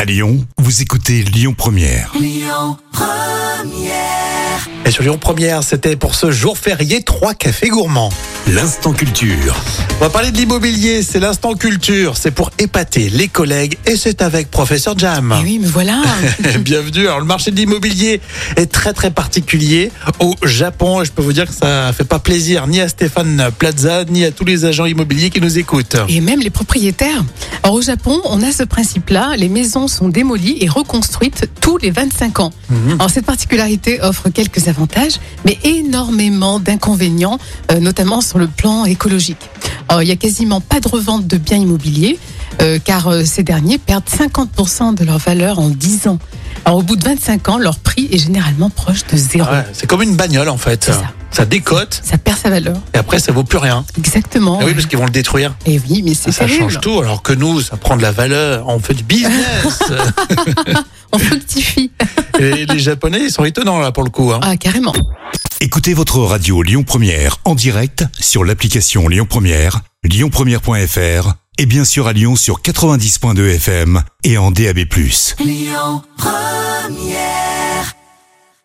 À Lyon, vous écoutez Lyon Première. Et sur Lyon Première, c'était pour ce jour férié trois cafés gourmands. L'instant culture. On va parler de l'immobilier, c'est l'instant culture, c'est pour épater les collègues et c'est avec professeur Jam. Mais Eh oui, mais voilà. Bienvenue. Alors le marché de l'immobilier est très très particulier au Japon et je peux vous dire que ça fait pas plaisir ni à Stéphane Plaza ni à tous les agents immobiliers qui nous écoutent. Et même les propriétaires. Alors au Japon, on a ce principe-là, les maisons sont démolies et reconstruites tous les 25 ans. Mhm. Alors cette particularité offre quelques avantages, mais énormément d'inconvénients, euh, notamment sur le plan écologique. Alors, il n'y a quasiment pas de revente de biens immobiliers, euh, car euh, ces derniers perdent 50% de leur valeur en 10 ans. Alors au bout de 25 ans, leur prix est généralement proche de zéro. Ouais, c'est comme une bagnole en fait. C'est ça. décote Ça perd sa valeur. et après ça vaut plus rien. Exactement. Ah oui, parce qu'ils vont le détruire. Et oui, mais c'est Ça terrible. change tout, alors que nous, ça prend de la valeur, on fait du business. On fructifie. Et les Japonais, ils sont étonnants là pour le coup. hein. Ah, carrément. Écoutez votre radio Lyon Première en direct sur l'application Lyon Première, lyonpremière.fr et bien sûr à Lyon sur 90.2 FM et en DAB+.